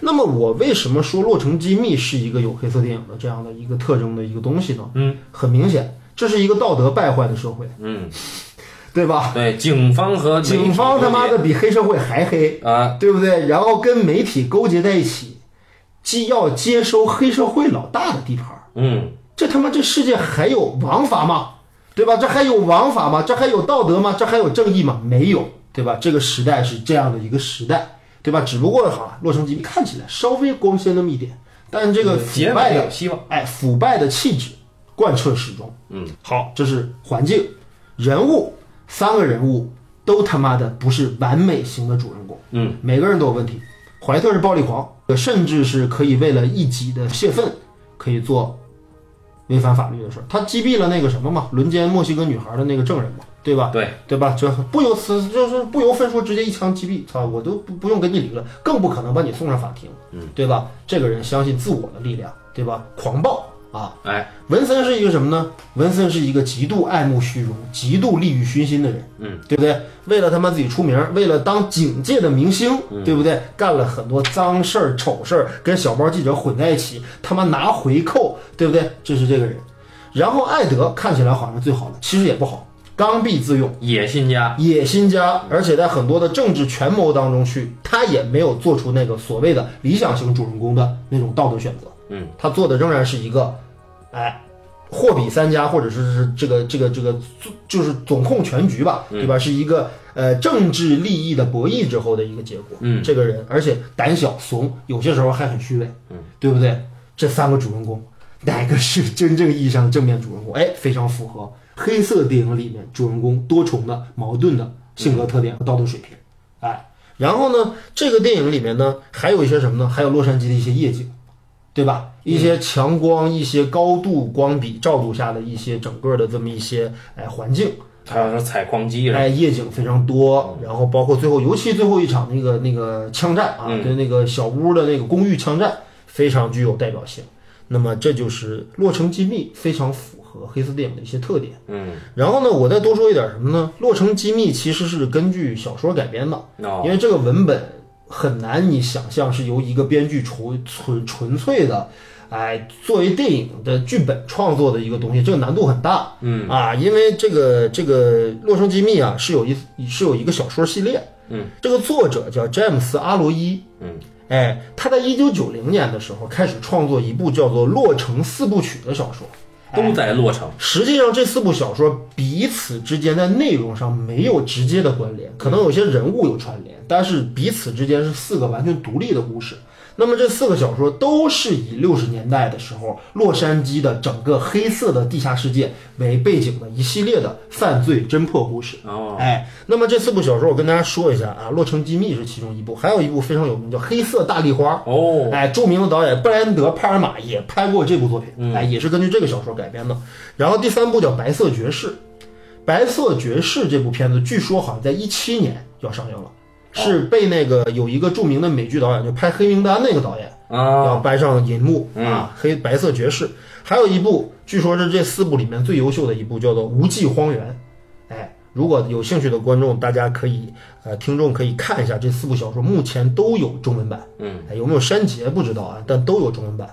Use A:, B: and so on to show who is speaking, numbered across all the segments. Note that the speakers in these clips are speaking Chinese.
A: 那么我为什么说《洛城机密》是一个有黑色电影的这样的一个特征的一个东西呢？
B: 嗯，
A: 很明显，这是一个道德败坏的社会，
B: 嗯，
A: 对吧？
B: 对，警方和媒体
A: 警方他妈的比黑社会还黑，
B: 啊，
A: 对不对？然后跟媒体勾结在一起，既要接收黑社会老大的地盘儿，
B: 嗯，
A: 这他妈这世界还有王法吗？对吧？这还有王法吗？这还有道德吗？这还有正义吗？没有，对吧？这个时代是这样的一个时代，对吧？只不过哈，洛城机密看起来稍微光鲜那么一点，但这个腐
B: 结
A: 败
B: 尾
A: 的
B: 嗯有希望。
A: 哎，腐败的气质贯彻始终。
B: 嗯，
A: 好，这是环境、人物三个人物都他妈的不是完美型的主人公。
B: 嗯，
A: 每个人都有问题。怀特是暴力狂，甚至是可以为了一己的泄愤，可以做违反法律的事儿。他击毙了那个什么嘛，轮奸墨西哥女孩的那个证人嘛，对吧？
B: 对，
A: 对吧？这不由此就是不由分说，直接一枪击毙，操，我都不不用跟你离了，更不可能把你送上法庭，
B: 嗯，
A: 对吧？这个人相信自我的力量，对吧？狂暴啊！
B: 哎，
A: 文森是一个什么呢？文森是一个极度爱慕虚荣、极度利欲熏心的人，
B: 嗯，
A: 对不对？为了他妈自己出名，为了当警界的明星，对不对？干了很多脏事儿、丑事儿，跟小报记者混在一起，他妈拿回扣，对不对？这是这个人。然后艾德看起来好像是最好的，其实也不好，刚愎自用。
B: 野心家，
A: 野心家，而且在很多的政治权谋当中去，他也没有做出那个所谓的理想型主人公的那种道德选择。
B: 嗯，
A: 他做的仍然是一个，哎，货比三家，或者是是这个这个这个，就是总控全局吧，对吧？是一个呃政治利益的博弈之后的一个结果。
B: 嗯
A: 这个人，而且胆小、怂，有些时候还很虚伪。
B: 嗯，
A: 对不对？这三个主人公，哪个是真正意义上的正面主人公？哎，非常符合黑色电影里面主人公多重的矛盾的性格特点和道德水平。哎，然后呢，这个电影里面呢，还有一些什么呢？还有洛杉矶的一些夜景，对吧？一些强光、一些高度光比照度下的一些整个的这么一些哎环境。
B: 还有什么采矿机什么
A: 哎，夜景非常多，然后包括最后，尤其最后一场那个那个枪战啊，
B: 嗯
A: 跟那个小屋的那个公寓枪战，非常具有代表性。那么这就是《洛城机密》非常符合黑色电影的一些特点。
B: 嗯，
A: 然后呢，我再多说一点什么呢？《洛城机密》其实是根据小说改编的，
B: 那
A: 因为这个文本很难你想象是由一个编剧纯纯纯粹的，哎，作为电影的剧本创作的一个东西，这个难度很大。
B: 嗯
A: 啊，因为这个这个《洛城机密》啊是有一是有一个小说系列，
B: 嗯，
A: 这个作者叫詹姆斯·阿罗伊，
B: 嗯，
A: 哎，他在一九九零年的时候开始创作一部叫做《洛城四部曲》的小说。
B: 都在洛城，
A: 实际上，这四部小说彼此之间在内容上没有直接的关联，可能有些人物有串联，但是彼此之间是四个完全独立的故事。那么这四个小说都是以六十年代的时候洛杉矶的整个黑色的地下世界为背景的一系列的犯罪侦破故事。
B: 哦，
A: 哎，那么这四部小说我跟大家说一下啊，《洛城机密》是其中一部，还有一部非常有名叫《黑色大丽花》。
B: 哦，
A: 哎，著名的导演布莱恩德·帕尔玛也拍过这部作品，哎，也是根据这个小说改编的。然后第三部叫《白色爵士》，《白色爵士》这部片子据说好像在一七年要上映了，是被那个有一个著名的美剧导演，就拍《黑名单》那个导演
B: 啊，
A: 要搬上银幕啊，《黑白色爵士》。还有一部据说是这四部里面最优秀的一部，叫做《无际荒原》。哎，如果有兴趣的观众，大家可以呃，听众可以看一下这四部小说，目前都有中文版。
B: 嗯，
A: 哎有没有删节不知道啊，但都有中文版。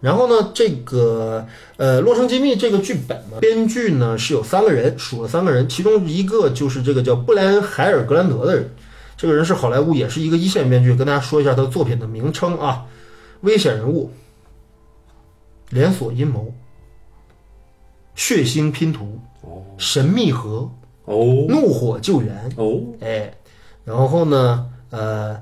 A: 然后呢，这个呃《洛城机密》这个剧本呢，编剧呢是有三个人，数了三个人，其中一个就是这个叫布莱恩·海尔格兰德的人，这个人是好莱坞也是一个一线编剧，跟大家说一下他的作品的名称啊，《危险人物》、《连锁阴谋》、《血腥拼图》、《
B: 哦，
A: 神秘河》、《
B: 哦，
A: 怒火救援
B: 哦，》，
A: 哎，然后呢，呃，《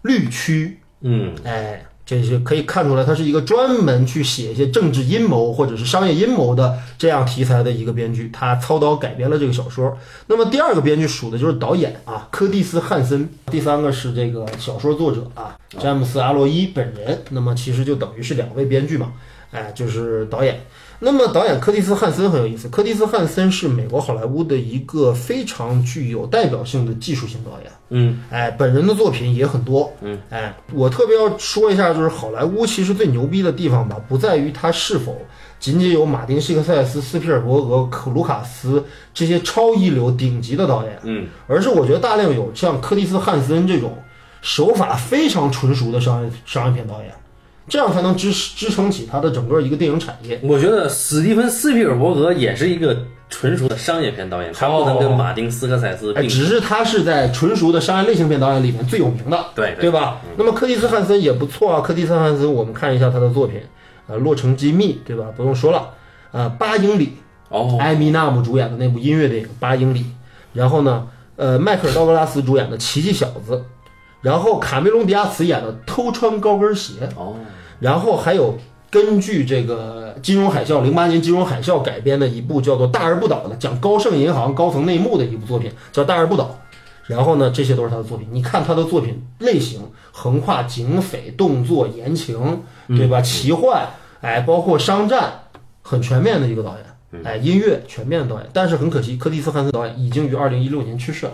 A: 绿区》。
B: 嗯，
A: 哎，这是可以看出来，他是一个专门去写一些政治阴谋或者是商业阴谋的这样题材的一个编剧，他操刀改编了这个小说。那么第二个编剧属的就是导演啊，柯蒂斯·汉森；第三个是这个小说作者啊，詹姆斯·阿洛伊本人。那么其实就等于是两位编剧嘛，哎，就是导演。那么导演柯蒂斯·汉森很有意思，柯蒂斯·汉森是美国好莱坞的一个非常具有代表性的技术型导演。
B: 嗯，
A: 哎，本人的作品也很多。嗯，哎，我特别要说一下，就是好莱坞其实最牛逼的地方吧，不在于它是否仅仅有马丁·西克塞斯、斯皮尔伯格、克卢卡斯这些超一流顶级的导演，
B: 嗯，
A: 而是我觉得大量有像柯蒂斯·汉森这种手法非常纯熟的商业商业片导演，这样才能支支撑起他的整个一个电影产业。
B: 我觉得史蒂芬斯皮尔伯格也是一个纯熟的商业片导演，他不能跟马丁斯科塞斯
A: 哎，
B: 并
A: 只是他是在纯熟的商业类型片导演里面最有名的，
B: 对嗯
A: 对吧？那么柯蒂斯汉森也不错啊，柯蒂斯汉森，我们看一下他的作品，呃，《洛城机密》，对吧？不用说了，呃，《八英里》，
B: 哦，
A: 艾米纳姆主演的那部音乐电影《八英里》，然后呢，呃，迈克尔·道格拉斯主演的《奇迹小子》，然后卡梅隆·迪亚茨演的《偷穿高跟鞋》，
B: 哦，
A: 然后还有根据这个金融海啸，零八年金融海啸改编的一部叫做《大而不倒》的，讲高盛银行高层内幕的一部作品，叫《大而不倒》。然后呢，这些都是他的作品。你看他的作品类型横跨警匪、动作、言情，对吧？奇幻，哎，包括商战，很全面的一个导演。哎，音乐全面的导演，但是很可惜，柯蒂斯汉森导演已经于二零一六年去世了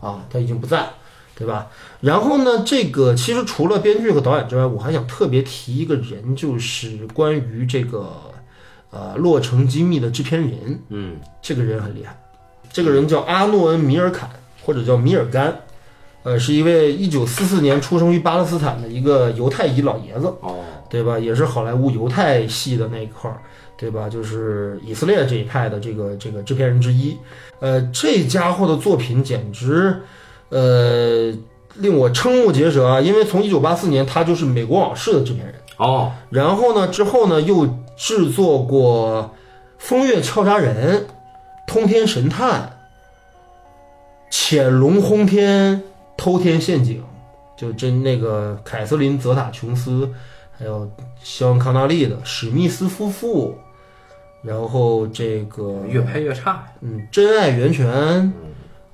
A: 啊，他已经不在了，对吧？然后呢，这个其实除了编剧和导演之外，我还想特别提一个人，就是关于这个呃《洛城机密》的制片人，
B: 嗯，
A: 这个人很厉害，这个人叫阿诺恩·米尔坎，或者叫米尔甘，呃，是一位一九四四年出生于巴勒斯坦的一个犹太裔老爷子。
B: 哦，
A: 对吧？也是好莱坞犹太系的那一块儿，对吧？就是以色列这一派的这个这个制片人之一。呃，这家伙的作品简直，呃，令我瞠目结舌啊！因为从一九八四年，他就是《美国往事》的制片人，
B: 哦，
A: 然后呢，之后呢又制作过《风月俏佳人》《通天神探》《潜龙轰天》《偷天陷阱》，就真那个凯瑟琳·泽塔·琼斯，还有肖恩·康纳利的《史密斯夫妇》，然后这个
B: 越拍越差呀，
A: 嗯，《真爱源泉》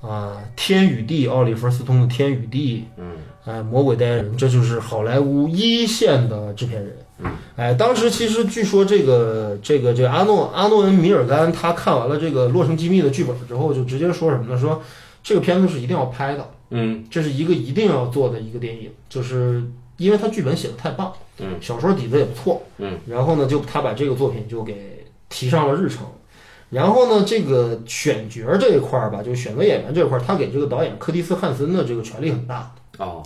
A: 啊，《天与地》奥利弗·斯通的《天与地》，
B: 嗯，
A: 哎，《魔鬼代言人》，这就是好莱坞一线的制片人。嗯，哎，当时其实据说这个这个这个阿诺阿诺恩·米尔丹，他看完了这个《洛城机密》的剧本之后，就直接说什么呢？说这个片子是一定要拍的，
B: 嗯，
A: 这是一个一定要做的一个电影，就是因为他剧本写的太棒，
B: 嗯，
A: 小说底子也不错，
B: 嗯，
A: 然后呢，就他把这个作品就给提上了日程。然后呢，这个选角这一块儿吧，就选择演员这一块儿，他给这个导演柯蒂斯·汉森的这个权力很大。
B: 哦，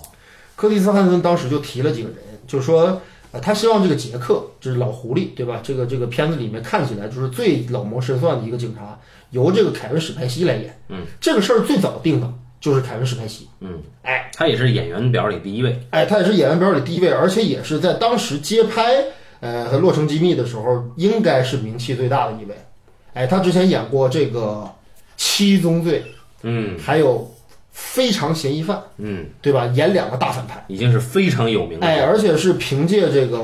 A: 柯蒂斯·汉森当时就提了几个人，就说，呃，他希望这个杰克，就是老狐狸，对吧？这个这个片子里面看起来就是最老谋深算的一个警察，由这个凯文·史派西来演。
B: 嗯，
A: 这个事儿最早定的就是凯文·史派西。
B: 嗯，
A: 哎，
B: 他也是演员表里第一位，
A: 哎，他也是演员表里第一位，而且也是在当时接拍呃《洛城机密》的时候，应该是名气最大的一位。哎，他之前演过这个《七宗罪
B: 嗯》，
A: 还有《非常嫌疑犯》，
B: 嗯，
A: 对吧？演两个大反派。
B: 已经是非常有名
A: 哎，
B: 的，
A: 而且是凭借这个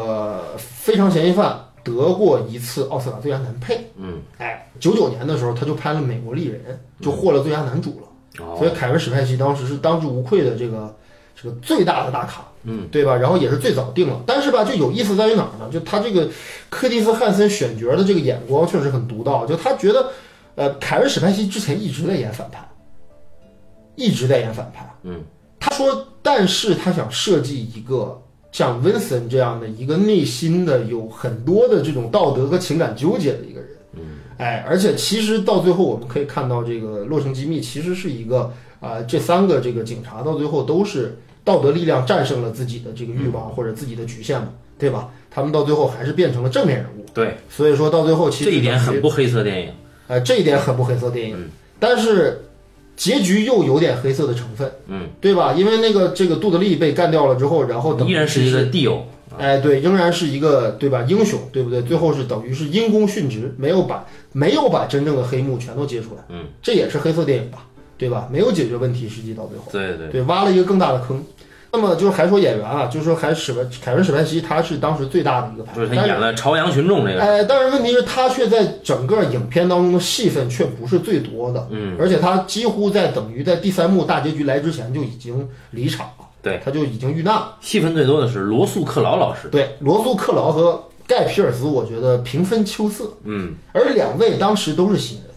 A: 《非常嫌疑犯》得过一次奥斯卡最佳男配。
B: 嗯，
A: 哎，九九年的时候他就拍了《美国丽人》，就获了最佳男主了。所
B: 哦，
A: 以凯文·史派西当时是当之无愧的这个这个最大的大咖，
B: 嗯，
A: 对吧？然后也是最早定了，但是吧，就有意思在于哪儿呢？就他这个柯蒂斯·汉森选角的这个眼光确实很独到，就他觉得，呃，凯文·史派西之前一直在演反派，一直在演反派，
B: 嗯，
A: 他说，但是他想设计一个。像温森这样的一个内心的有很多的这种道德和情感纠结的一个人，哎，而且其实到最后我们可以看到，这个《洛城机密》其实是一个啊、这三个这个警察到最后都是道德力量战胜了自己的这个欲望或者自己的局限嘛，对吧？他们到最后还是变成了正面人物，
B: 对，
A: 所以说到最后其实
B: 这一点
A: 感觉
B: 很不嗯黑色电影，
A: 呃，这一点很不黑色电影，但是结局又有点黑色的成分，
B: 嗯，
A: 对吧？因为那个这个杜德利被干掉了之后，然后等
B: 依然是一个 D 友，
A: 哎，对，仍然是一个对吧英雄，对不对？最后是等于是因公殉职，没有把没有把真正的黑幕全都揭出来，
B: 嗯，
A: 这也是黑色电影吧，对吧？没有解决问题，实际到最后，
B: 对对，
A: 对，挖了一个更大的坑。那么就是还说演员啊，就是说还史派凯文史派西，他是当时最大的一个牌
B: 就是，他
A: 但是
B: 演了朝阳群众这个，
A: 哎，但是问题是，他却在整个影片当中的戏份却不是最多的，
B: 嗯，
A: 而且他几乎在等于在第三幕大结局来之前就已经离场了，
B: 对，
A: 他就已经遇难了。
B: 戏份最多的是罗素克劳老师，
A: 对，罗素·克劳和盖皮尔斯，我觉得平分秋色，
B: 嗯，
A: 而两位当时都是新人。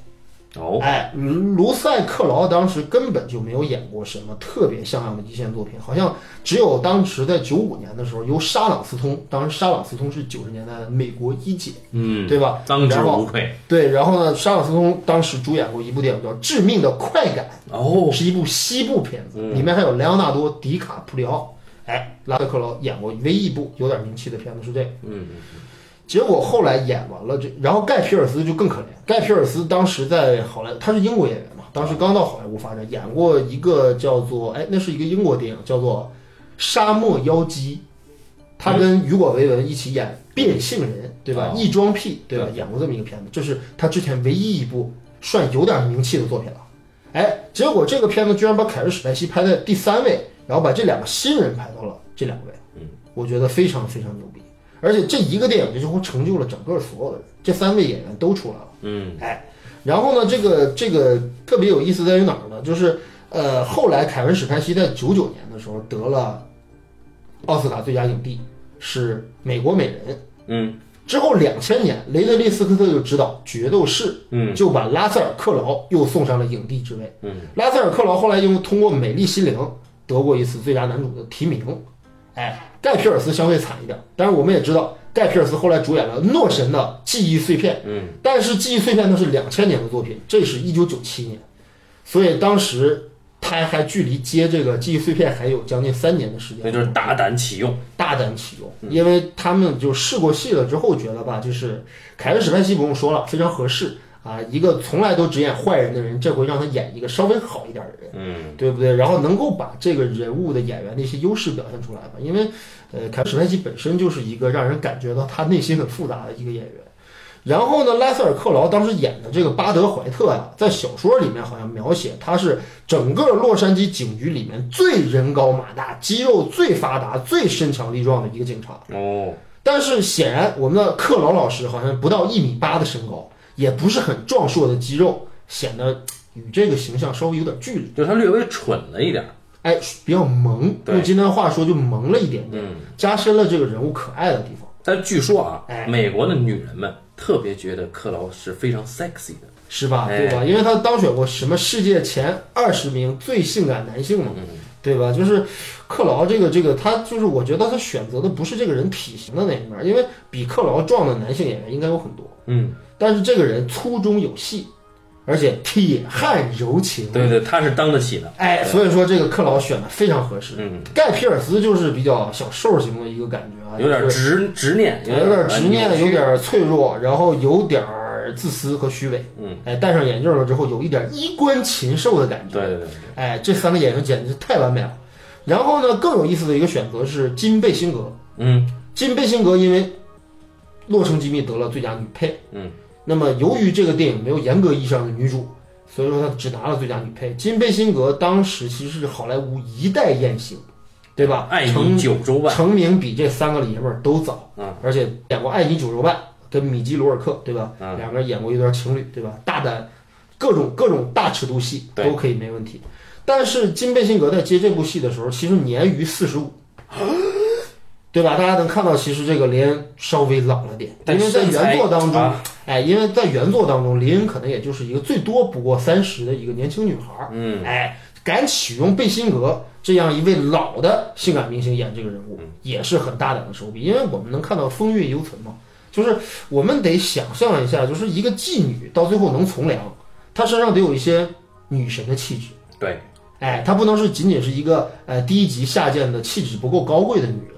B: 哦，
A: 哎，卢塞·克劳当时根本就没有演过什么特别像样的一线作品，好像只有当时在九五年的时候，由沙朗·斯通，当时沙朗·斯通是九十年代的美国一姐，
B: 嗯，
A: 对吧？
B: 当之
A: 然后
B: 无愧，
A: 对，然后呢，沙朗·斯通当时主演过一部电影叫《致命的快感》，
B: 哦，
A: 是一部西部片子，里面还有莱昂纳多·迪卡普里奥，哎，拉德克劳演过唯一一部有点名气的片子是这个。
B: 嗯，
A: 结果后来演完了这，然后盖皮尔斯就更可怜。盖皮尔斯当时在好莱，他是英国演员嘛，当时刚到好莱坞发展，演过一个叫做哎，那是一个英国电影，叫做《沙漠妖姬》，他跟雨果·维文一起演变性人，对吧？
B: 哦
A: 异装癖，对吧？
B: 对
A: 演过这么一个片子，这是他之前唯一一部算有点名气的作品了。哎，结果这个片子居然把凯瑞·史派西排在第三位，然后把这两个新人排到了这两位，
B: 嗯，
A: 我觉得非常非常牛逼。而且这一个电影就几乎成就了整个所有的人，这三位演员都出来了。
B: 嗯，
A: 哎，然后呢，这个这个特别有意思在于哪儿呢？就是呃，后来凯文·史派西在九九年的时候得了奥斯卡最佳影帝，是《美国美人》。
B: 嗯，
A: 之后两千年，雷德利·斯科特就执导《决斗士》，
B: 嗯，
A: 就把拉塞尔·克劳又送上了影帝之位。
B: 嗯，
A: 拉塞尔·克劳后来又通过《美丽心灵》得过一次最佳男主的提名。哎，盖皮尔斯相对惨一点，但是我们也知道，盖皮尔斯后来主演了《诺神的记忆碎片》。
B: 嗯，
A: 但是《记忆碎片》那是两千年的作品，这是一九九七年，所以当时他还距离接这个《记忆碎片》还有将近三年的时间。
B: 那就是大胆启用，
A: 大胆启用，因为他们就试过戏了之后，觉得吧，就是凯文史派西不用说了，非常合适啊。一个从来都只演坏人的人，这回让他演一个稍微好一点的人，
B: 嗯，
A: 对不对？然后能够把这个人物的演员的一些优势表现出来吧，因为呃，凯文史派西本身就是一个让人感觉到他内心很复杂的一个演员。然后呢，拉塞尔·克劳当时演的这个巴德·怀特呀、在小说里面好像描写他是整个洛杉矶警局里面最人高马大、肌肉最发达、最身强力壮的一个警察。
B: 哦，
A: 但是显然，我们的克劳老师好像不到一米八的身高，也不是很壮硕的肌肉，显得与这个形象稍微有点距离。
B: 就是他略微蠢了一点儿，
A: 哎，比较萌，
B: 对
A: 用今天的话说就萌了一点点，
B: 嗯，
A: 加深了这个人物可爱的地方。
B: 但据说啊
A: 哎，
B: 美国的女人们特别觉得克劳是非常 sexy 的，
A: 是吧？
B: 哎
A: 对吧？因为他当选过什么世界前二十名最性感男性嘛，
B: 嗯
A: 对吧？就是克劳这个这个，他就是我觉得他选择的不是这个人体型的那一面，因为比克劳壮的男性演员应该有很多，
B: 嗯，
A: 但是这个人粗中有细，而且铁汉柔情，
B: 对对，他是当得起的，
A: 哎，所以说这个克劳选的非常合适。
B: 嗯，
A: 盖皮尔斯就是比较小瘦型的一个感觉啊，
B: 有点
A: 就是
B: 执执念，
A: 有点
B: 点
A: 执念，有，点脆弱，然后有点儿自私和虚伪。
B: 嗯，
A: 哎，戴上眼镜了之后，有一点衣冠禽兽的感觉。
B: 对对对，
A: 哎，这三个演员简直太完美了。然后呢，更有意思的一个选择是金贝辛格。
B: 嗯
A: 金贝辛格因为《洛城机密》得了最佳女配，
B: 嗯，
A: 那么由于这个电影没有严格意义上的女主，所以说她只拿了最佳女配。金贝辛格当时其实是好莱坞一代艳星，对吧？
B: 爱
A: 成
B: 你九州万，
A: 成名比这三个爷们儿都早，
B: 嗯，
A: 而且演过《爱你九州半》跟米基·罗尔克，对吧？
B: 嗯
A: 两个人演过一段情侣，对吧？大胆，各种各种大尺度戏
B: 对
A: 都可以没问题。但是金贝辛格在接这部戏的时候，其实年逾四十五，对吧？大家能看到，其实这个林恩稍微老了点，因
B: 但
A: 为在
B: 身材
A: 原作当中，
B: 啊
A: 哎，因为在原作当中，林恩可能也就是一个最多不过三十的一个年轻女孩儿，
B: 嗯，
A: 哎，敢启用贝辛格这样一位老的性感明星演这个人物，
B: 嗯
A: 也是很大胆的手笔，因为我们能看到风月犹存嘛，就是我们得想象一下，就是一个妓女到最后能从良，她身上得有一些女神的气质，
B: 对，
A: 哎，她不能是仅仅是一个呃低级下贱的气质不够高贵的女人。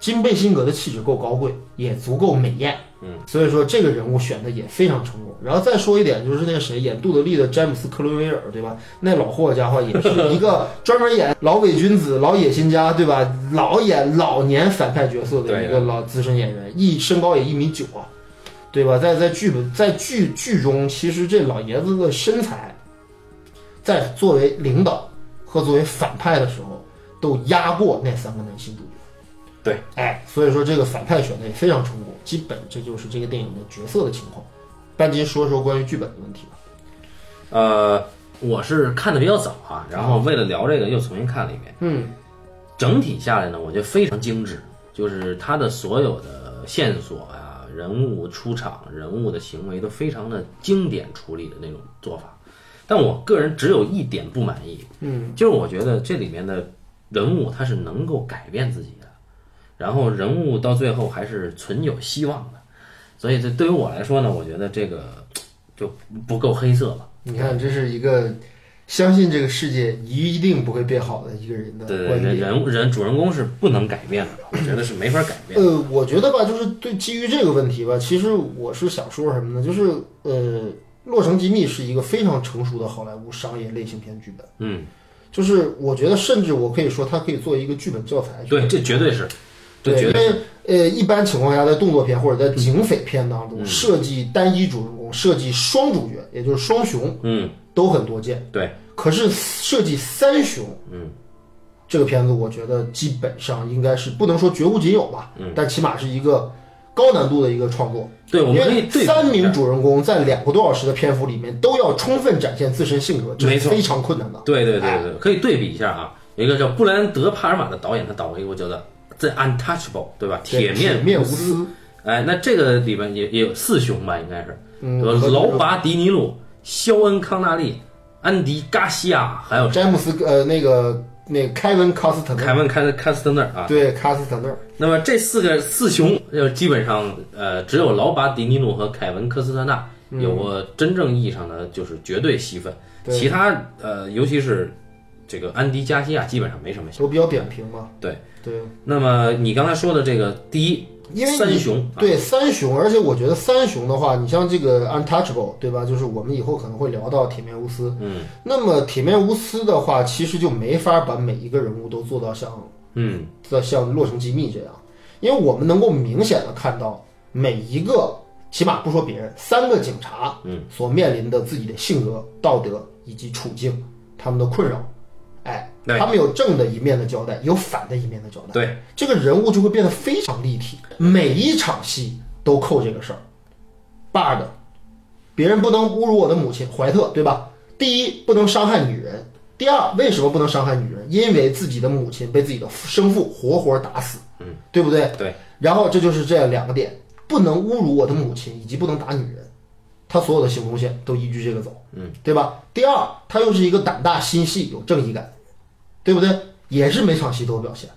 A: 金贝辛格的气质够高贵，也足够美艳，
B: 嗯，
A: 所以说这个人物选的也非常成功。然后再说一点，就是那个谁演杜德利的詹姆斯·克伦威尔，对吧？那老货家伙也是一个 专门演老伪君子、老野心家，对吧？老演老年反派角色的
B: 对
A: 一个老资深演员，一身高也一米九啊，对吧？在在剧本在剧剧中，其实这老爷子的身材，在作为领导和作为反派的时候，都压过那三个男性主角。
B: 对，
A: 哎，所以说这个反派选的也非常成功，基本这就是这个电影的角色的情况。半斤说说关于剧本的问题吧。
B: 呃，我是看的比较早啊，然后为了聊这个又重新看了一遍。
A: 嗯
B: 整体下来呢，我觉得非常精致，就是它的所有的线索啊、人物出场、人物的行为都非常的经典处理的那种做法。但我个人只有一点不满意，
A: 嗯，
B: 就是我觉得这里面的人物他是能够改变自己的，然后人物到最后还是存有希望的，所以这对于我来说呢，我觉得这个就不够黑色吧。
A: 你看，这是一个相信这个世界一定不会变好的一个人的
B: 对对
A: 观
B: 对，
A: 点。
B: 人人主人公是不能改变的，我觉得是没法改变的。
A: 呃，我觉得吧，就是对基于这个问题吧，其实我是想说什么呢？就是呃，《洛城机密》是一个非常成熟的好莱坞商业类型片剧本，
B: 嗯，
A: 就是我觉得甚至我可以说它可以作为一个剧本教材去
B: 对，这绝对是，这
A: 对，
B: 绝
A: 因
B: 对
A: 为
B: 是。
A: 呃，一般情况下，在动作片或者在警匪片当
B: 嗯
A: 中，设计单一主人公、设计双主角，也就是双雄，
B: 嗯，
A: 都很多见。
B: 对，
A: 可是设计三雄，
B: 嗯，
A: 这个片子我觉得基本上应该是不能说绝无仅有吧，但起码是一个高难度的一个创作。
B: 嗯对，我
A: 因
B: 们可以
A: 为
B: 对比一下
A: 三名主人公在两个多小时的篇幅里面都要充分展现自身性格，这
B: 没
A: 是
B: 错
A: 非常困难的。
B: 对对对
A: 哎
B: 对，可以对比一下啊。有一个叫布莱恩德·帕尔玛的导演，他导了一个叫做《The Untouchable》，对吧？铁
A: 铁
B: 面
A: 面无
B: 无
A: 私，
B: 哎，那这个里边也也有四雄吧，应该是，
A: 嗯
B: 有
A: 和
B: 劳拔·迪尼洛、肖恩·康纳利、安迪·嘎西亚，还有
A: 詹姆斯呃那个那个凯文卡斯特
B: 凯
A: 纳，
B: 文·坎坎斯特纳啊。
A: 对卡斯特纳。
B: 那么这四个四雄，呃，基本上呃，只有劳拔·迪尼诺和凯文·科斯特纳有过真正意义上的就是绝对戏份，
A: 嗯对
B: 其他呃，尤其是这个安迪·加西亚，基本上没什么戏。
A: 都比较扁平嘛。
B: 对
A: 对，
B: 那么你刚才说的这个第一，
A: 因为你
B: 三雄啊，
A: 对三雄，而且我觉得三雄的话，你像这个 Untouchable，对吧？就是我们以后可能会聊到铁面无私。
B: 嗯
A: 那么铁面无私的话，其实就没法把每一个人物都做到像
B: 嗯，
A: 做到像洛城机密这样，因为我们能够明显的看到每一个，起码不说别人，三个警察，
B: 嗯，
A: 所面临的自己的性格、道德以及处境，他们的困扰。哎，
B: 对
A: 他们有正的一面的交代，有反的一面的交代。
B: 对，
A: 这个人物就会变得非常立体，每一场戏都扣这个事儿。爸的，别人不能侮辱我的母亲，怀特，对吧？第一，不能伤害女人；第二，为什么不能伤害女人？因为自己的母亲被自己的生父活活打死，嗯，对不对？
B: 对，
A: 然后这就是这两个点：不能侮辱我的母亲，以及不能打女人。他所有的行动线都依据这个走，嗯，对吧？第二，他又是一个胆大心细、有正义感的人，对不对？也是每场戏都有表现。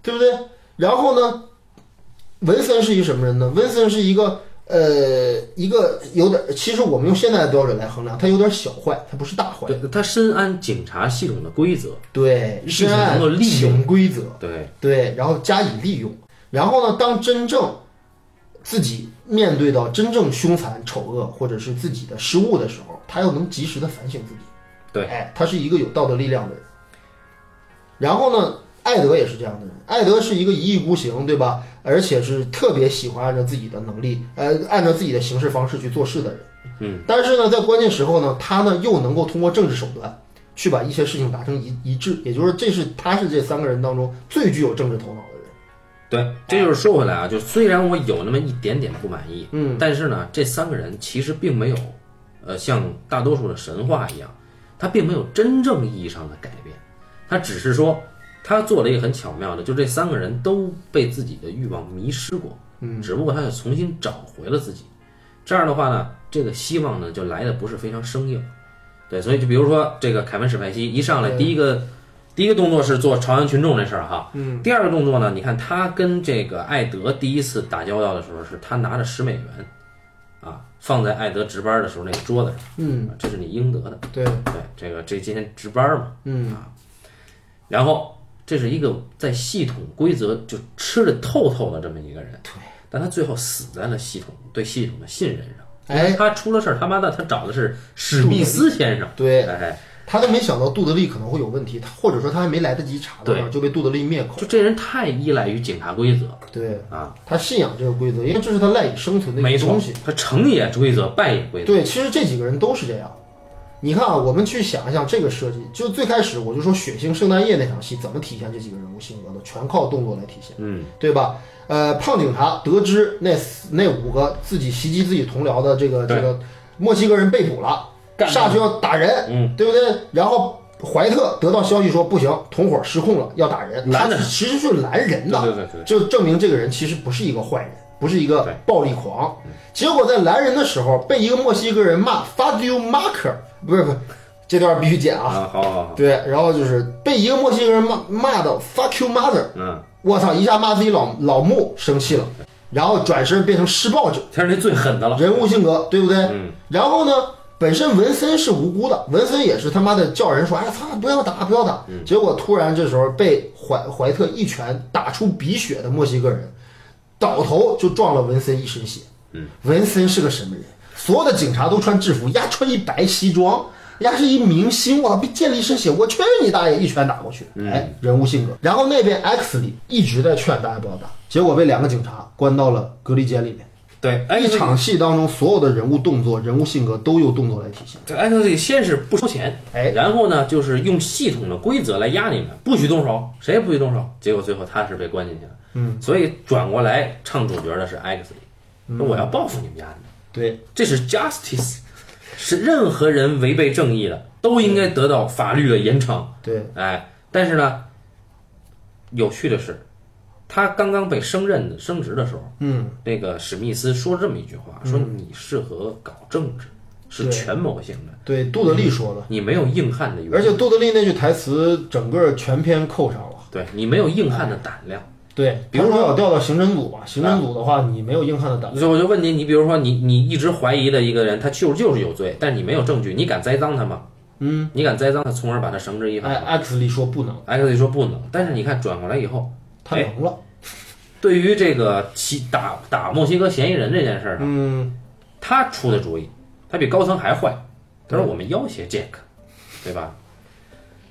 A: 对不对？然后呢，文森是一个什么人呢？文森是一个呃，一个有点，其实我们用现在的标准来衡量，他有点小坏，他不是大坏。
B: 对，他深谙警察系统的规则，
A: 对，
B: 是
A: 深
B: 能够
A: 谙
B: 利用
A: 潜规则，
B: 对，
A: 对，然后加以利用。然后呢，当真正自己面对到真正凶残、丑恶或者是自己的失误的时候，他又能及时的反省自己。
B: 对
A: 哎，他是一个有道德力量的人。然后呢，艾德也是这样的人。艾德是一个一意孤行，对吧？而且是特别喜欢按照自己的能力，呃，按照自己的行事方式去做事的人。
B: 嗯，
A: 但是呢，在关键时候呢，他呢又能够通过政治手段去把一些事情达成一一致，也就是说，这是他是这三个人当中最具有政治头脑的人。
B: 对，这就是说回来啊，就虽然我有那么一点点不满意，
A: 嗯，
B: 但是呢，这三个人其实并没有，呃，像大多数的神话一样，他并没有真正意义上的改变，他只是说他做了一个很巧妙的，就这三个人都被自己的欲望迷失过，嗯，只不过他又重新找回了自己，这样的话呢，这个希望呢就来的不是非常生硬，对，所以就比如说这个凯文史派西一上来第一个。第一个动作是做朝阳群众这事儿哈，嗯，第二个动作呢，你看他跟这个艾德第一次打交道的时候，是他拿着十美元，啊，放在艾德值班的时候那个桌子上，啊
A: 嗯，
B: 这是你应得的，
A: 对，
B: 对，这个这今天值班嘛，啊
A: 嗯
B: 然后这是一个在系统规则就吃的透透的这么一个人，对，但他最后死在了系统对系统的信任上，
A: 哎，
B: 他出了事儿，他妈的他找的是史密斯先生，
A: 对
B: 哎，
A: 他都没想到杜德利可能会有问题，他或者说他还没来得及查到呢，就被杜德利灭口。
B: 就这人太依赖于警察规则
A: 对
B: 啊，
A: 他信仰这个规则，因为这是他赖以生存的
B: 没
A: 一个
B: 错
A: 东西。，
B: 他成也规则，败也规则，
A: 对，其实这几个人都是这样。你看啊，我们去想一想这个设计，就最开始我就说血腥圣诞夜那场戏怎么体现这几个人物性格的，全靠动作来体现，
B: 嗯，
A: 对吧？呃，胖警察得知那四那五个自己袭击自己同僚的这个
B: 对
A: 这个墨西哥人被捕了，
B: 干掉
A: 上去要打人，
B: 嗯，
A: 对不对？然后怀特得到消息说不行，同伙失控了，要打人，他
B: 拦着
A: 其实是拦人的，
B: 对对对对
A: 就证明这个人其实不是一个坏人，不是一个
B: 对
A: 暴力狂。结果在拦人的时候，被一个墨西哥人骂 “fuck you marker”，不是不是，这段必须剪啊。
B: 啊，好好好，
A: 对，然后就是被一个墨西哥人骂骂到 “fuck you mother”，
B: 嗯，
A: 我操，一下骂自己老老穆生气了，然后转身变成施暴者，
B: 他是那最狠的了，
A: 人物性格对不对？
B: 嗯
A: 然后呢，本身文森是无辜的，文森也是他妈的叫人说：“哎，操，不要打，不要打！”
B: 嗯
A: 结果突然这时候被怀怀特一拳打出鼻血的墨西哥人，倒头就撞了文森一身血。嗯，文森是个什么人？所有的警察都穿制服，丫穿一白西装，丫是一明星，哇，被溅了一身血，我去你大爷！一拳打过去，
B: 嗯
A: 哎，人物性格。然后那边 X 里一直在劝大家不要打，结果被两个警察关到了隔离间里面。
B: 对，哎，
A: 一场戏当中，所有的人物动作、人物性格都由动作来体现。
B: 这 X 里先是不收钱，
A: 哎
B: 然后呢，就是用系统的规则来压你们，不许动手，谁也不许动手。结果最后他是被关进去了，嗯，所以转过来唱主角的是 X
A: 嗯
B: 里，说我要报复你们家的，
A: 对，
B: 这是 justice，是任何人违背正义的都应该得到法律的严惩。
A: 对，
B: 哎，但是呢，有趣的是，他刚刚被升任升职的时候，
A: 嗯，
B: 那个史密斯说这么一句话，说你适合搞政治，是
A: 对
B: 权谋型的，
A: 对，杜德利说了，
B: 你没有硬汉的
A: 而
B: 勇气，
A: 且杜德利那句台词整个全篇扣上了。
B: 对你没有硬汉的胆量。
A: 对，比如说要调到刑侦组吧，刑侦组的话，你没有硬汉的胆。
B: 所以我就问你，你比如说你你一直怀疑的一个人，他就就是有罪，但你没有证据，你敢栽赃他吗？嗯，你敢栽赃他，从而把他绳之以法
A: 哎
B: 吗？
A: ，X 利说不能，
B: X 说不能，但是你看转过来以后，
A: 他能了。
B: 对于这个其打打墨西哥嫌疑人这件事儿啊，
A: 嗯，
B: 他出的主意，他比高层还坏。他说我们要挟 Jack，对
A: 嗯
B: 吧？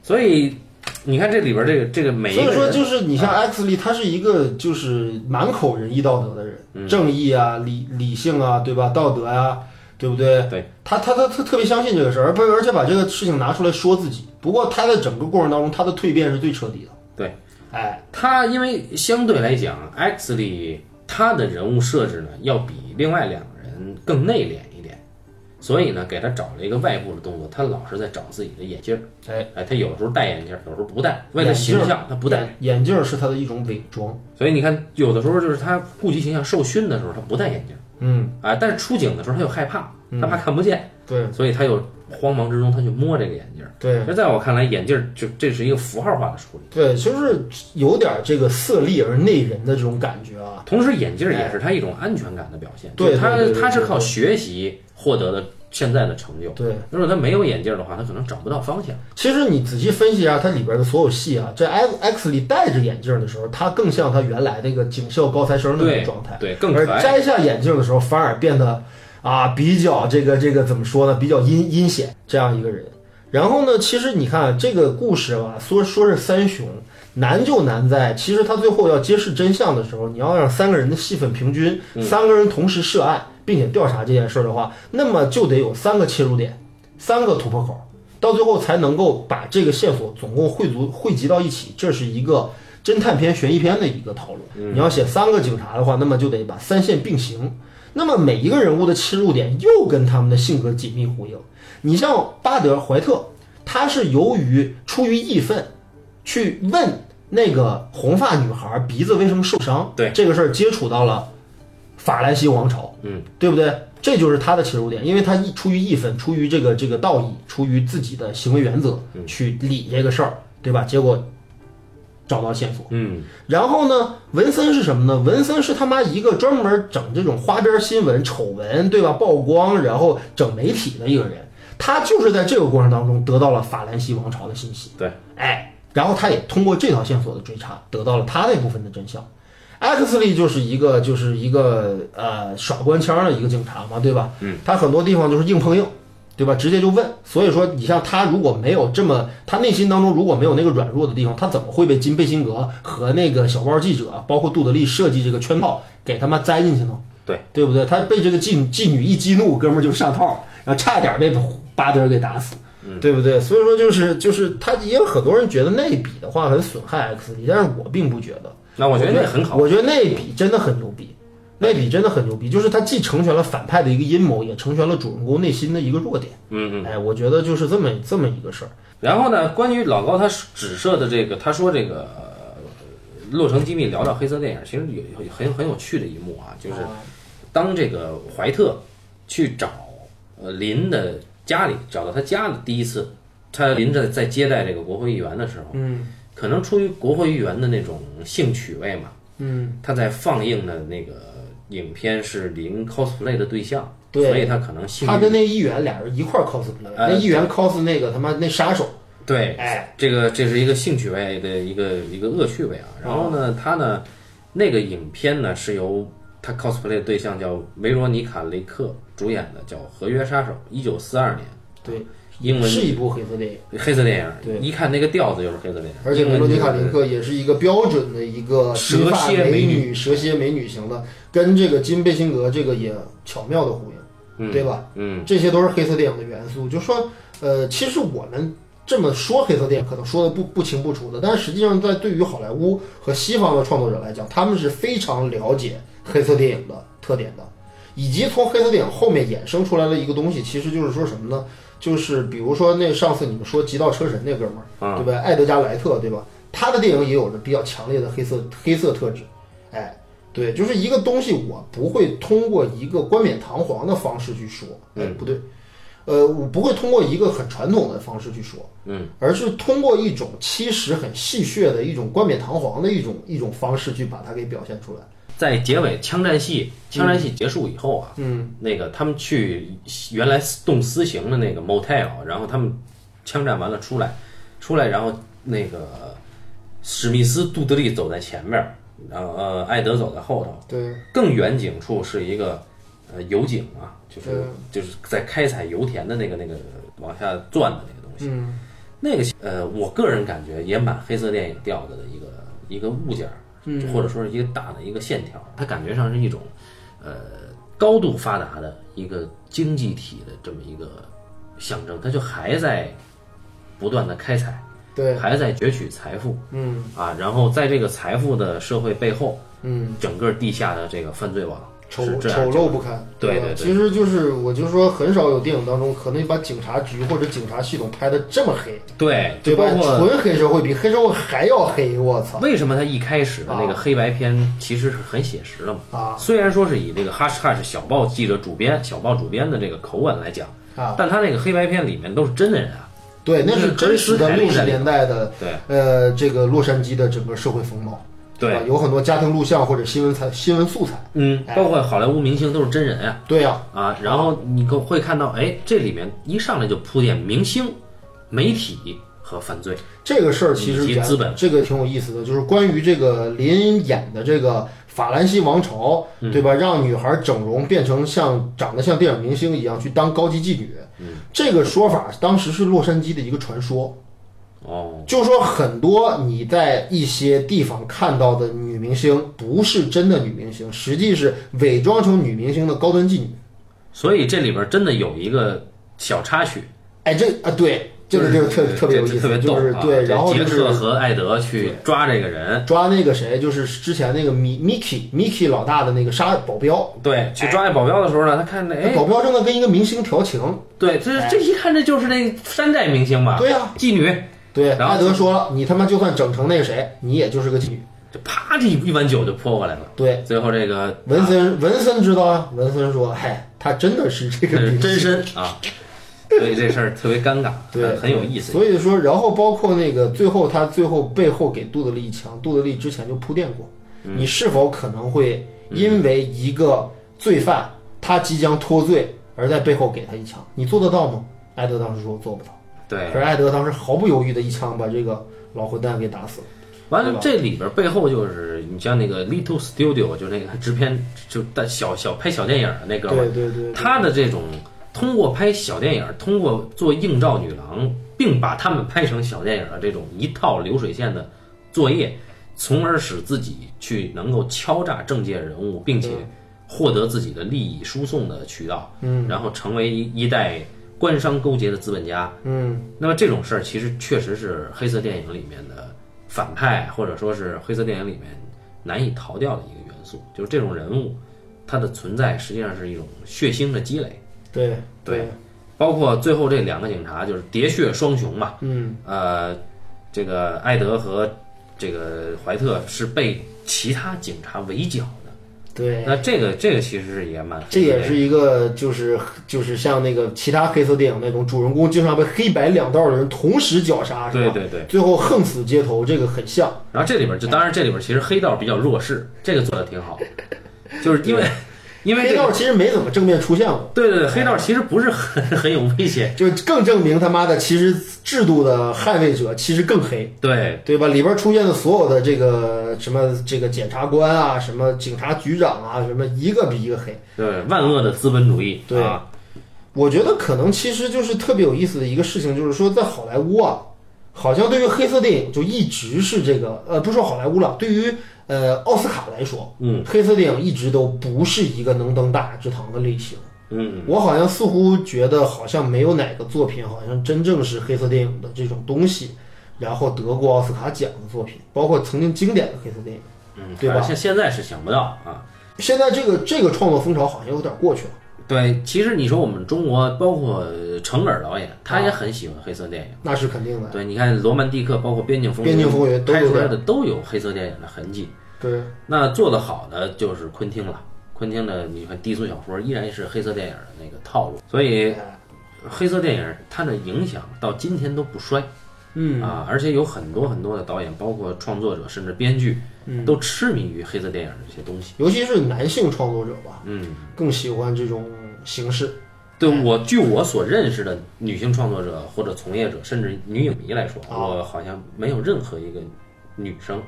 B: 所以你看这里边这个这个每一
A: 所
B: 个
A: 以
B: 人，啊
A: 说就是你像 X 利，他是一个就是满口仁义道德的人，
B: 嗯
A: 正义啊、理理性啊，对吧？道德啊，对不对？
B: 对
A: 他他他他特别相信这个事儿，而不而且把这个事情拿出来说自己。不过他在整个过程当中，他的蜕变是最彻底的。
B: 对
A: 哎，
B: 他，因为相对来讲，X 里他的人物设置呢，要比另外两个人更内敛一点，所以呢，给他找了一个外部的动作，他老是在找自己的眼镜儿。
A: 哎，
B: 哎，他有时候戴眼镜儿，有时候不戴，为了形象他不戴。
A: 眼眼镜是他的一种伪装。
B: 所以你看，有的时候就是他顾及形象受训的时候，他不戴眼镜儿
A: 嗯，
B: 啊，但是出警的时候他又害怕，他怕看不见。
A: 对
B: 所以他有慌忙之中，他去摸这个眼镜儿。
A: 对
B: 这在我看来，眼镜儿就这是一个符号化的处理。
A: 对，就是有点这个色厉而内人的这种感觉啊。
B: 同时，眼镜儿也是他一种安全感的表现。
A: 对
B: 就是他
A: 对对对
B: 他是
A: 对
B: 靠学习获得的现在的成就。
A: 对，
B: 如果他没有眼镜儿的话，他可能找不到方向。
A: 其实你仔细分析一下它里边的所有戏啊，这 X X 里戴着眼镜的时候，他更像他原来那个警校高材生的那
B: 对
A: 个状态，
B: 对，更
A: 而
B: 可爱。
A: 摘下眼镜的时候，反而变得啊比较这个这个怎么说呢？比较阴阴险这样一个人。然后呢，其实你看这个故事吧，说说是三雄难就难在，其实他最后要揭示真相的时候，你要让三个人的戏份平均，三个人同时涉案并且调查这件事儿的话，那么就得有三个切入点，三个突破口，到最后才能够把这个线索总共汇足汇集到一起，这是一个侦探片、悬疑片的一个套路。你要写三个警察的话，那么就得把三线并行。那么每一个人物的切入点又跟他们的性格紧密呼应。你像巴德·怀特，他是由于出于义愤，去问那个红发女孩鼻子为什么受伤，
B: 对
A: 这个事儿接触到了法兰西王朝，
B: 嗯，
A: 对不对？这就是他的切入点，因为他一出于义愤，出于这个这个道义，出于自己的行为原则
B: 嗯
A: 去理这个事儿，对吧？结果找到线索。
B: 嗯，
A: 然后呢，文森是什么呢？文森是他妈一个专门整这种花边新闻、丑闻，对吧？曝光，然后整媒体的一个人。他就是在这个过程当中得到了法兰西王朝的信息，
B: 对，
A: 哎，然后他也通过这条线索的追查，得到了他那部分的真相。X 力就是一个就是一个呃耍官腔的一个警察嘛，对吧？嗯，他很多地方就是硬碰硬，对吧？直接就问。所以说，你像他如果没有这么，他内心当中如果没有那个软弱的地方，他怎么会被金贝辛格和那个小报记者，包括杜德利设计这个圈套给他妈栽进去呢？
B: 对，
A: 对不对？他被这个妓女妓女一激怒，哥们儿就上套，然后差点被巴德尔给打死，
B: 嗯
A: 对不对？所以说就是就是他也有很多人觉得那一笔的话很损害 X 力，但是我并不觉得。
B: 那我觉得那很好。
A: 我觉得那一笔真的很牛逼，那笔真的很牛逼，就是他既成全了反派的一个阴谋，也成全了主人公内心的一个弱点。
B: 嗯嗯。
A: 哎，我觉得就是这么这么一个事儿。
B: 然后呢，关于老高他指涉的这个，他说这个呃洛城机密聊到黑色电影，其实有有很很有趣的一幕啊，就是
A: 哦
B: 当这个怀特去找呃林的家里，找到他家里第一次，他林着在接待这个国会议员的时候，嗯，可能出于国会议员的那种性取位嘛，嗯，他在放映的那个影片是林 cosplay 的对象，
A: 对
B: 所以他可能性
A: 他跟那议员俩人一块儿 cosplay，、
B: 哎
A: 那议员 cos 那个他妈那杀手，
B: 对，
A: 哎，
B: 这个这是一个性趣味的一个一个恶趣味啊。
A: 哦
B: 然后呢，他呢那个影片呢是由他 cosplay 的对象叫维罗妮卡·雷克主演的，叫《合约杀手》，一九四二年，
A: 对，
B: 英文
A: 是一部黑色电影，
B: 黑色电影，
A: 对
B: 一看那个调子就是黑色电影，
A: 而且
B: 英
A: 梅
B: 文
A: 洛妮
B: 就
A: 卡
B: 是
A: 林克也是一个标准的一个金发
B: 蛇蝎
A: 美
B: 美
A: 女、蛇蝎美女型的，跟这个金贝辛格这个也巧妙的呼应，
B: 嗯
A: 对吧？
B: 嗯，
A: 这些都是黑色电影的元素。就说，呃，其实我们这么说黑色电影，可能说的不不清不楚的，但是实际上在对于好莱坞和西方的创作者来讲，他们是非常了解黑色电影的特点的，以及从黑色电影后面衍生出来的一个东西，其实就是说什么呢？就是比如说那上次你们说《极道车神》那哥们儿，
B: 啊
A: 对吧？艾德加莱特，对吧？他的电影也有着比较强烈的黑色黑色特质，哎，对，就是一个东西，我不会通过一个冠冕堂皇的方式去说，哎，
B: 嗯
A: 不对，呃，我不会通过一个很传统的方式去说，
B: 嗯，
A: 而是通过一种其实很戏谑的一种冠冕堂皇的一种一种方式去把它给表现出来，
B: 在结尾枪战戏枪战戏结束以后啊，
A: 嗯，
B: 那个他们去原来动私刑的那个 motel，然后他们枪战完了出来，出来然后那个史密斯杜德利走在前面，然后呃艾德走在后头，
A: 对，
B: 更远景处是一个呃油井啊，就是
A: 嗯
B: 就是在开采油田的那个那个往下钻的那个东西，
A: 嗯，
B: 那个呃我个人感觉也蛮黑色电影调子的一个一个物件儿，
A: 嗯
B: 或者说是一个大的一个线条，它感觉上是一种呃高度发达的一个经济体的这么一个象征，它就还在不断的开采，
A: 嗯对，
B: 还在攫取财富
A: 嗯
B: 啊，然后在这个财富的社会背后。
A: 嗯，
B: 整个地下的这个犯罪网
A: 丑
B: 是这
A: 丑
B: 样，
A: 陋不堪，
B: 对
A: 吧
B: 对对
A: 其实就是我就说很少有电影当中可能把警察局或者警察系统拍的这么黑，
B: 对，
A: 对
B: 就
A: 吧
B: 包？括
A: 纯黑社会比黑社会还要黑，我操
B: 为什么他一开始的那个黑白片其实是很写实的嘛。
A: 啊
B: 虽然说是以这个哈什哈什小报记者主编小报主编的这个口吻来讲，
A: 啊！
B: 但他那个黑白片里面都是真的人啊，
A: 对，那
B: 那
A: 是
B: 是
A: 真实的
B: 格
A: 六
B: 里斯
A: 十
B: 凯利在里
A: 年代的，
B: 对
A: 呃，这个洛杉矶的整个社会风貌，
B: 对
A: 吧有很多家庭录像或者新闻材新闻素材，
B: 嗯，包括好莱坞明星都是真人啊
A: 对呀、
B: 啊，然后你可会看到，哎，这里面一上来就铺垫明星、媒体和犯罪，
A: 这个事儿其实
B: 以及
A: 原
B: 资本
A: 这个挺有意思的，就是关于这个林演的这个法兰西王朝，
B: 嗯
A: 对吧？让女孩整容变成像长得像电影明星一样去当高级妓女，
B: 嗯
A: 这个说法当时是洛杉矶的一个传说，
B: 哦，
A: 就说很多你在一些地方看到的女明星不是真的女明星，实际是伪装成女明星的高端妓女。
B: 所以这里边真的有一个小插曲，
A: 哎，这啊对，这个这个特特别有意
B: 特
A: 思，
B: 别
A: 就
B: 逗
A: 是
B: 啊！
A: 对，
B: 这
A: 然后
B: 杰
A: 就是
B: 克和艾德去抓这个人，
A: 抓那个谁，就是之前那个米米奇米奇老大的那个杀保镖，
B: 对，去抓那保镖的时候呢，他看那
A: 哎那
B: 哎，
A: 保镖正在跟一个明星调情，
B: 对，这这一看这就是那山寨明星吧？
A: 对啊呀
B: 妓女，
A: 对，
B: 然后
A: 艾德说了，你他妈就算整成那个谁，你也就是个妓女。
B: 这啪，这一碗酒就泼过来了。
A: 对，
B: 最后这个
A: 文森文森知道啊，文森说，嗨，他真的是这
B: 这
A: 个明星
B: 是真身啊，所以这事儿特别尴尬，
A: 对，
B: 很有意思。
A: 所以说，然后包括那个最后他最后背后给杜德利一枪，杜德利之前就铺垫过，
B: 嗯
A: 你是否可能会因为一个罪犯他即将脱罪而在背后给他一枪，你做得到吗？艾德当时说做不到，
B: 对，
A: 可是艾德当时毫不犹豫的一枪把这个老混蛋给打死了。
B: 完
A: 对
B: 了
A: 吧
B: 这里边背后就是你像那个 Little Studio，就那个制片就带小小拍小电影的那哥们儿
A: 对，对对，对
B: 他的这种通过拍小电影，通过做映照女郎，并把他们拍成小电影的这种一套流水线的作业，从而使自己去能够敲诈政界人物，并且
A: 嗯
B: 获得自己的利益输送的渠道，嗯，然后成为一一代官商勾结的资本家。
A: 嗯，
B: 那么这种事儿其实确实是黑色电影里面的反派，或者说是黑色电影里面难以逃掉的一个元素，就是这种人物。它的存在实际上是一种血腥的积累，
A: 对
B: 对，包括最后这两个警察就是喋血双雄嘛，
A: 嗯，
B: 呃，这个艾德和这个怀特是被其他警察围剿的，
A: 对。
B: 那这个这个其实是也蛮
A: 这也是一个，就是就是像那个其他黑色电影那种，主人公经常被黑白两道的人同时绞杀，是吧？
B: 对对对，
A: 最后横死街头，这个很像。
B: 然后这里边就当然这里边其实黑道比较弱势，这个做的挺好，就是因为因为
A: 黑
B: 这
A: 道
B: 个
A: 其实没怎么正面出现过，
B: 对对对，黑道其实不是很 很有威胁，
A: 就更证明他妈的其实制度的捍卫者其实更黑。
B: 对
A: 对吧？里边出现的所有的这个什么这个检察官啊，什么警察局长啊，什么一个比一个黑。
B: 对，万恶的资本主义，
A: 对
B: 啊，
A: 我觉得可能其实就是特别有意思的一个事情，就是说在好莱坞啊，好像对于黑色电影就一直是这个呃，不说好莱坞了，对于呃奥斯卡来说，
B: 嗯
A: 黑色电影一直都不是一个能登大雅之堂的类型。
B: 嗯，
A: 我好像似乎觉得好像没有哪个作品好像真正是黑色电影的这种东西，然后得过奥斯卡奖的作品，包括曾经经典的黑色电影。
B: 嗯，
A: 对吧
B: 反正现现在是想不到啊。
A: 现在这个这个创作风潮好像有点过去了，
B: 对，其实你说我们中国，包括程耳导演，他
A: 啊
B: 也很喜欢黑色电影。
A: 那是肯定的。
B: 对，你看罗曼蒂克，包括《边境风云》，
A: 边境风云都有
B: 拍出来
A: 这
B: 的都有黑色电影的痕迹。
A: 对，
B: 那做得好的就是昆汀了。昆汀的你看低俗小说依然是黑色电影的那个套路，所以黑色电影它的影响到今天都不衰
A: 嗯，
B: 啊！而且有很多很多的导演，包括创作者，甚至编剧，
A: 嗯
B: 都痴迷于黑色电影这些东西。
A: 尤其是男性创作者吧，
B: 嗯，
A: 更喜欢这种形式。
B: 对我据我所认识的女性创作者或者从业者，甚至女影迷来说，
A: 哦
B: 我好像没有任何一个女生、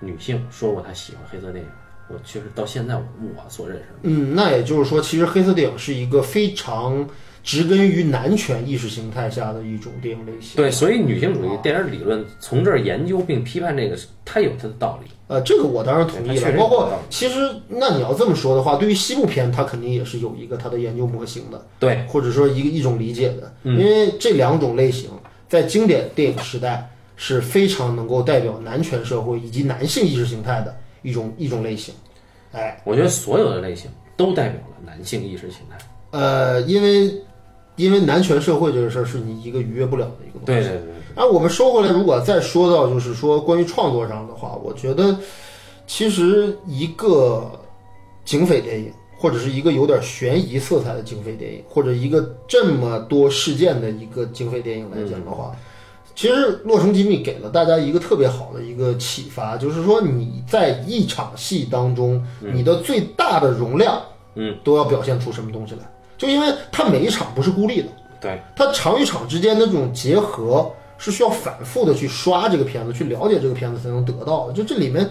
B: 女性说过她喜欢黑色电影。我确实到现在我我所认识的，
A: 嗯，那也就是说，其实黑色电影是一个非常植根于男权意识形态下的一种电影类型。
B: 对，所以女性
A: 哦
B: 主义电影理论从这儿研究并批判这个，它有它的道理。
A: 呃，这个我当然同意
B: 对它确
A: 了。
B: 实
A: 包括
B: 有道理
A: 其实，那你要这么说的话，对于西部片，它肯定也是有一个它的研究模型的，
B: 对，
A: 或者说一个一种理解的。
B: 嗯
A: 因为这两种类型在经典电影时代是非常能够代表男权社会以及男性意识形态的一种一种类型。哎，
B: 我觉得所有的类型都代表了男性意识形态。
A: 呃，因为因为男权社会这个事儿是你一个逾越不了的一个东西。
B: 对对对，
A: 啊，我们说回来，如果再说到就是说关于创作上的话，我觉得其实一个警匪电影，或者是一个有点悬疑色彩的警匪电影，或者一个这么多事件的一个警匪电影来讲的话，其实《洛城机密》给了大家一个特别好的一个启发，就是说你在一场戏当中，你的最大的容量，
B: 嗯，
A: 都要表现出什么东西来，就因为它每一场不是孤立的。
B: 对
A: 它场与场之间的这种结合是需要反复的去刷这个片子，去了解这个片子才能得到的。就这里面，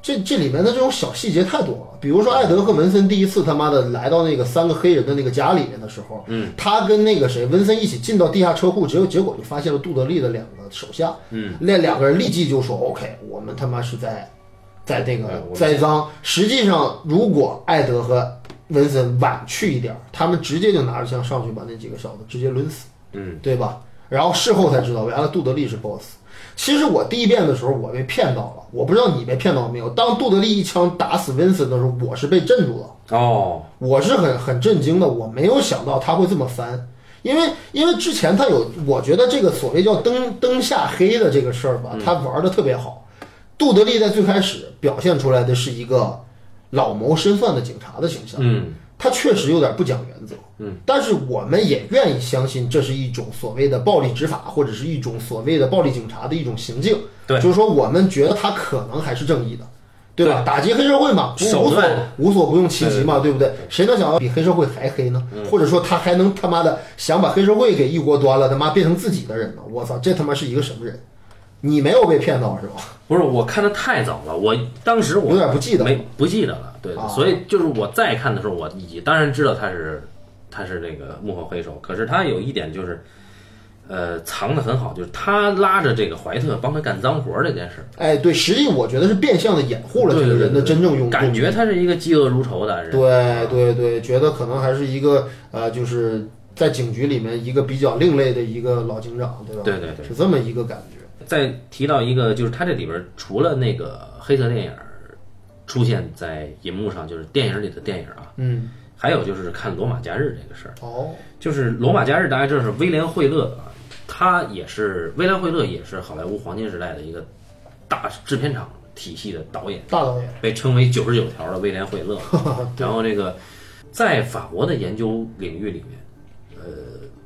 A: 这这里面的这种小细节太多了。比如说，艾德和文森第一次他妈的来到那个三个黑人的那个家里面的时候，嗯，他跟那个谁文森一起进到地下车库，结果结果就发现了杜德利的两个手下，嗯，那两个人立即就说：“OK，我们他妈是在在那
B: 哎
A: 个
B: 我
A: 栽赃。实际上，如果艾德和文森晚去一点儿，他们直接就拿着枪上去把那几个小子直接抡死，
B: 嗯，
A: 对吧？然后事后才知道，原来杜德利是 BOSS。其实我第一遍的时候我被骗到了，我不知道你被骗到没有。当杜德利一枪打死温森的时候，我是被镇住了。
B: 哦，
A: 我是很很震惊的，我没有想到他会这么翻，因为因为之前他有，我觉得这个所谓叫灯灯下黑的这个事儿吧，他玩的特别好。杜德利在最开始表现出来的是一个老谋深算的警察的形象，
B: 嗯，
A: 他确实有点不讲原则，嗯，但是我们也愿意相信这是一种所谓的暴力执法，或者是一种所谓的暴力警察的一种行径，
B: 对
A: 就是说我们觉得他可能还是正义的，对吧？打击黑社会嘛，不无
B: 手
A: 所
B: 段
A: 无所不用其极嘛，对不对？谁能想到比黑社会还黑呢？
B: 嗯
A: 或者说他还能他妈的想把黑社会给一锅端了，他妈变成自己的人呢？我操，这他妈是一个什么人？你没有被骗到是吧？
B: 不是，我看的太早了，我当时我
A: 有点不记得
B: 没不记得了，对，
A: 啊
B: 所以就是我再看的时候，我已当然知道他是他是那个幕后黑手，可是他有一点就是，呃，藏的很好，就是他拉着这个怀特帮他干脏活儿这件事儿，
A: 哎，对，实际我觉得是变相的掩护了这个
B: 对对
A: 人的
B: 对
A: 真正用途。
B: 感觉他是一个嫉恶如仇的人，
A: 对对对，觉得可能还是一个呃，就是在警局里面一个比较另类的一个老警长，对吧？
B: 对对对
A: 是这么一个感觉。
B: 再提到一个，就是它这里边除了那个黑色电影儿出现在银幕上，就是电影里的电影啊，
A: 嗯，
B: 还有就是看《罗马假日》这个事儿，
A: 哦，
B: 就是《罗马假日》，大家知道是威廉惠勒啊，他也是威廉惠勒也是好莱坞黄金时代的一个大制片厂体系的导演，
A: 大导演，
B: 被称为九十九条的威廉 惠勒。然后这个在法国的研究领域里面，呃，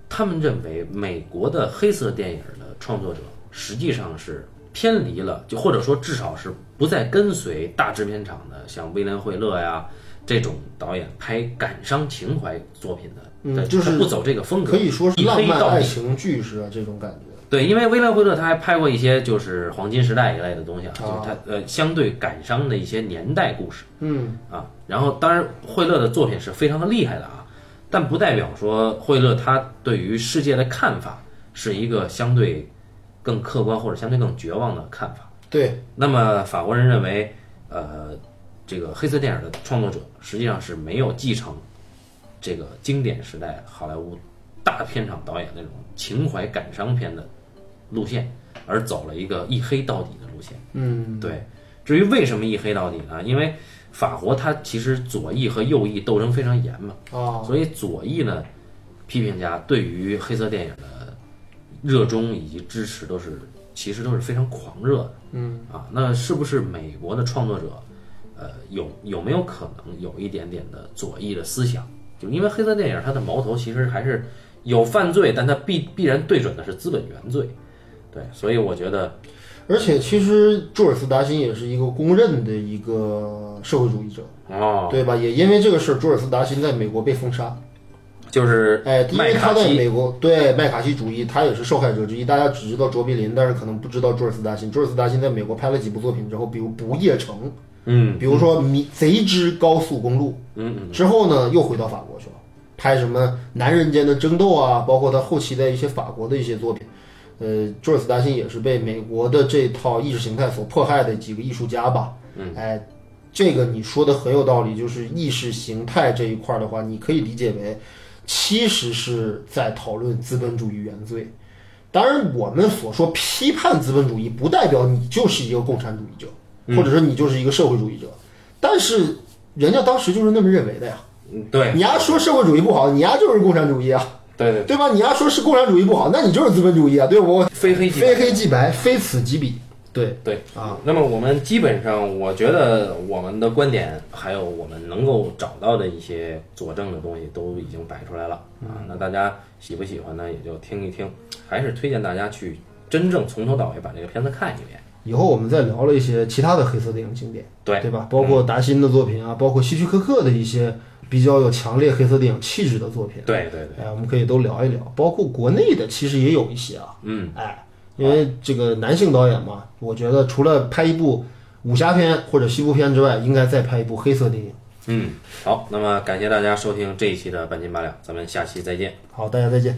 B: 他们认为美国的黑色电影的创作者实际上是偏离了，就或者说至少是不再跟随大制片厂的，像威廉惠勒呀、这种导演拍感伤情怀作品的，
A: 嗯
B: 对
A: 就是
B: 他不走这个风格，
A: 可以说是
B: 以
A: 浪
B: 黑
A: 漫
B: 到
A: 爱
B: 底。
A: 情剧是啊这种感觉。
B: 对，因为威廉·惠特他还拍过一些就是黄金时代一类的东西啊，就是他呃相对感伤的一些年代故事
A: 嗯，
B: 啊。然后当然惠勒的作品是非常的厉害的啊，但不代表说惠勒他对于世界的看法是一个相对更客观或者相对更绝望的看法。
A: 对，
B: 那么法国人认为，呃，这个黑色电影的创作者实际上是没有继承这个经典时代好莱坞大片场导演那种情怀感伤片的路线，而走了一个一黑到底的路线。
A: 嗯，
B: 对，至于为什么一黑到底呢？因为法国它其实左翼和右翼斗争非常严嘛，
A: 啊，
B: 所以左翼呢，批评家对于黑色电影的热衷以及支持都是其实都是非常狂热的。
A: 嗯，
B: 啊，那是不是美国的创作者，呃，有有没有可能有一点点的左翼的思想？就因为黑色电影它的矛头其实还是有犯罪，但它必必然对准的是资本原罪。对，所以我觉得，
A: 而且其实朱尔斯达辛也是一个公认的一个社会主义者，
B: 哦，
A: 对吧？也因为这个事儿，朱尔斯达辛在美国被封杀。
B: 就是
A: 哎，因
B: 麦
A: 为他
B: 卡
A: 在
B: 锡，
A: 美国对麦卡锡主义，他也是受害者之一。大家只知道卓别林，但是可能不知道朱尔斯达辛。朱尔斯达辛在美国拍了几部作品之后，比如《不夜城》，
B: 嗯
A: 比如说《迷贼之高速公路》，
B: 嗯嗯，
A: 之后呢，又回到法国去了，拍什么《男人间的争斗》啊，包括他后期的一些法国的一些作品。呃，朱尔斯达辛也是被美国的这套意识形态所迫害的几个艺术家吧。嗯，哎，这个你说的很有道理，就是意识形态这一块儿的话，你可以理解为，其实是在讨论资本主义原罪。当然，我们所说批判资本主义，不代表你就是一个共产主义者，或者说你就是一个社会主义者。但是人家当时就是那么认为的呀。
B: 嗯对
A: 你丫说社会主义不好，你丫就是共产主义啊，
B: 对对，
A: 对吧？你丫说是共产主义不好，那你就是资本主义啊，对不？
B: 非黑即白
A: 非黑即白，非此即彼。对
B: 对
A: 啊，
B: 那么我们基本上，我觉得我们的观点还有我们能够找到的一些佐证的东西都已经摆出来了啊。那大家喜不喜欢呢？也就听一听，还是推荐大家去真正从头到尾把这个片子看一遍。
A: 以后我们再聊了一些其他的黑色电影经典，
B: 对
A: 对吧？包括达辛的作品啊，包括希区柯克的一些比较有强烈黑色电影气质的作品。
B: 对对对，
A: 哎，我们可以都聊一聊，包括国内的其实也有一些啊，
B: 嗯，
A: 哎，因为这个男性导演嘛，我觉得除了拍一部武侠片或者西部片之外，应该再拍一部黑色电影。
B: 嗯，好，那么感谢大家收听这一期的半斤八两，咱们下期再见。
A: 好，大家再见。